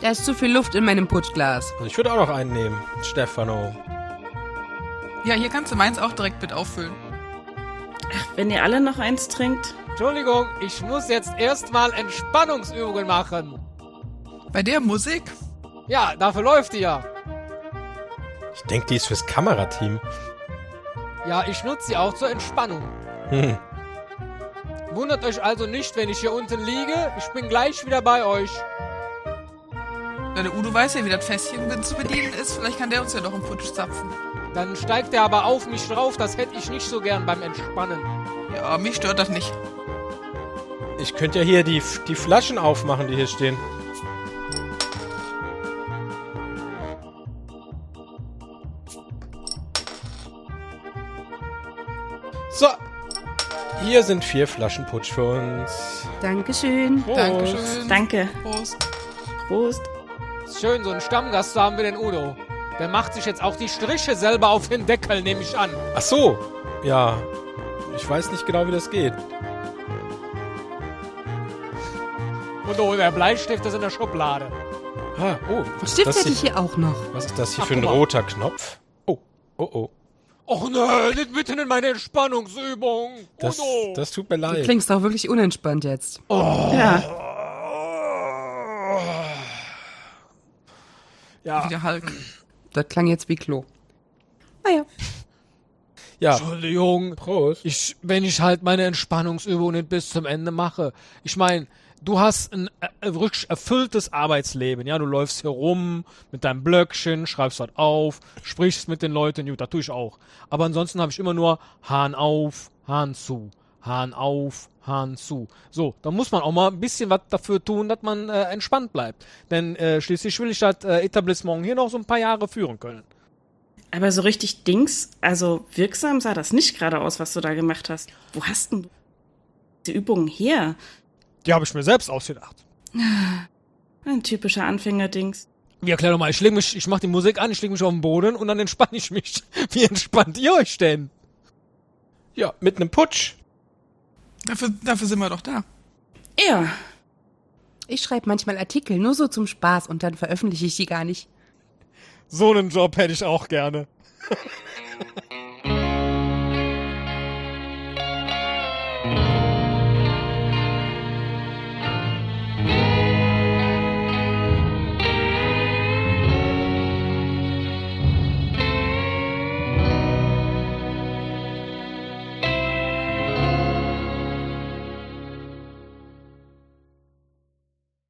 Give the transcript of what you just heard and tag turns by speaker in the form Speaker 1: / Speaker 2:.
Speaker 1: Da ist zu viel Luft in meinem Putschglas.
Speaker 2: Ich würde auch noch einen nehmen, Stefano.
Speaker 3: Ja, hier kannst du meins auch direkt mit auffüllen.
Speaker 4: Wenn ihr alle noch eins trinkt.
Speaker 5: Entschuldigung, ich muss jetzt erstmal Entspannungsübungen machen.
Speaker 3: Bei der Musik?
Speaker 5: Ja, dafür läuft die ja.
Speaker 2: Ich denke, die ist fürs Kamerateam.
Speaker 5: Ja, ich nutze sie auch zur Entspannung.
Speaker 2: Hm.
Speaker 5: Wundert euch also nicht, wenn ich hier unten liege. Ich bin gleich wieder bei euch.
Speaker 3: Ja, der Udo weiß ja, wie das Fässchen zu bedienen ist. Vielleicht kann der uns ja noch einen Putsch zapfen.
Speaker 5: Dann steigt er aber auf mich drauf. Das hätte ich nicht so gern beim Entspannen.
Speaker 3: Ja, mich stört das nicht.
Speaker 2: Ich könnte ja hier die, die Flaschen aufmachen, die hier stehen. So. Hier sind vier Flaschen Putsch für uns.
Speaker 1: Dankeschön.
Speaker 2: Prost.
Speaker 3: Dankeschön.
Speaker 4: Danke.
Speaker 3: Prost.
Speaker 4: Prost.
Speaker 5: Ist schön, so einen Stammgast zu haben wir den Udo. Der macht sich jetzt auch die Striche selber auf den Deckel, nehme ich an.
Speaker 2: Ach so. Ja. Ich weiß nicht genau, wie das geht.
Speaker 5: Und oh, der Bleistift ist in der Schublade.
Speaker 2: Ah, oh. Was
Speaker 1: Stift
Speaker 2: ist das
Speaker 1: hätte
Speaker 2: hier?
Speaker 1: ich hier auch noch.
Speaker 2: Was ist das hier
Speaker 5: Ach,
Speaker 2: für ein
Speaker 5: guck mal.
Speaker 2: roter Knopf? Oh, oh, oh.
Speaker 5: Och nö, nicht mitten in meine Entspannungsübung.
Speaker 2: Das,
Speaker 5: Udo.
Speaker 2: das tut mir
Speaker 1: Du
Speaker 2: leid.
Speaker 1: klingst doch wirklich unentspannt jetzt.
Speaker 4: Ja.
Speaker 5: Oh. ja.
Speaker 3: Wieder Hulk.
Speaker 1: Das klang jetzt wie Klo. Naja.
Speaker 2: Ja,
Speaker 5: Entschuldigung.
Speaker 2: Prost.
Speaker 5: Ich, wenn ich halt meine Entspannungsübung nicht bis zum Ende mache. Ich meine, du hast ein äh, rücksch- erfülltes Arbeitsleben, ja. Du läufst herum mit deinem Blöckchen, schreibst was auf, sprichst mit den Leuten, gut, das tue ich auch. Aber ansonsten habe ich immer nur Hahn auf, Hahn zu, Hahn auf, Hahn zu. So, da muss man auch mal ein bisschen was dafür tun, dass man äh, entspannt bleibt. Denn äh, schließlich will ich das äh, Etablissement hier noch so ein paar Jahre führen können.
Speaker 4: Aber so richtig Dings, also wirksam sah das nicht gerade aus, was du da gemacht hast. Wo hast denn du die Übungen her?
Speaker 5: Die habe ich mir selbst ausgedacht.
Speaker 4: Ein typischer Anfänger-Dings.
Speaker 5: Ja, klar doch mal, ich leg mich, ich mach die Musik an, ich leg mich auf den Boden und dann entspanne ich mich. Wie entspannt ihr euch denn?
Speaker 2: ja, mit einem Putsch.
Speaker 3: Dafür, dafür sind wir doch da.
Speaker 4: Ja.
Speaker 1: Ich schreibe manchmal Artikel nur so zum Spaß und dann veröffentliche ich die gar nicht.
Speaker 5: So einen Job hätte ich auch gerne.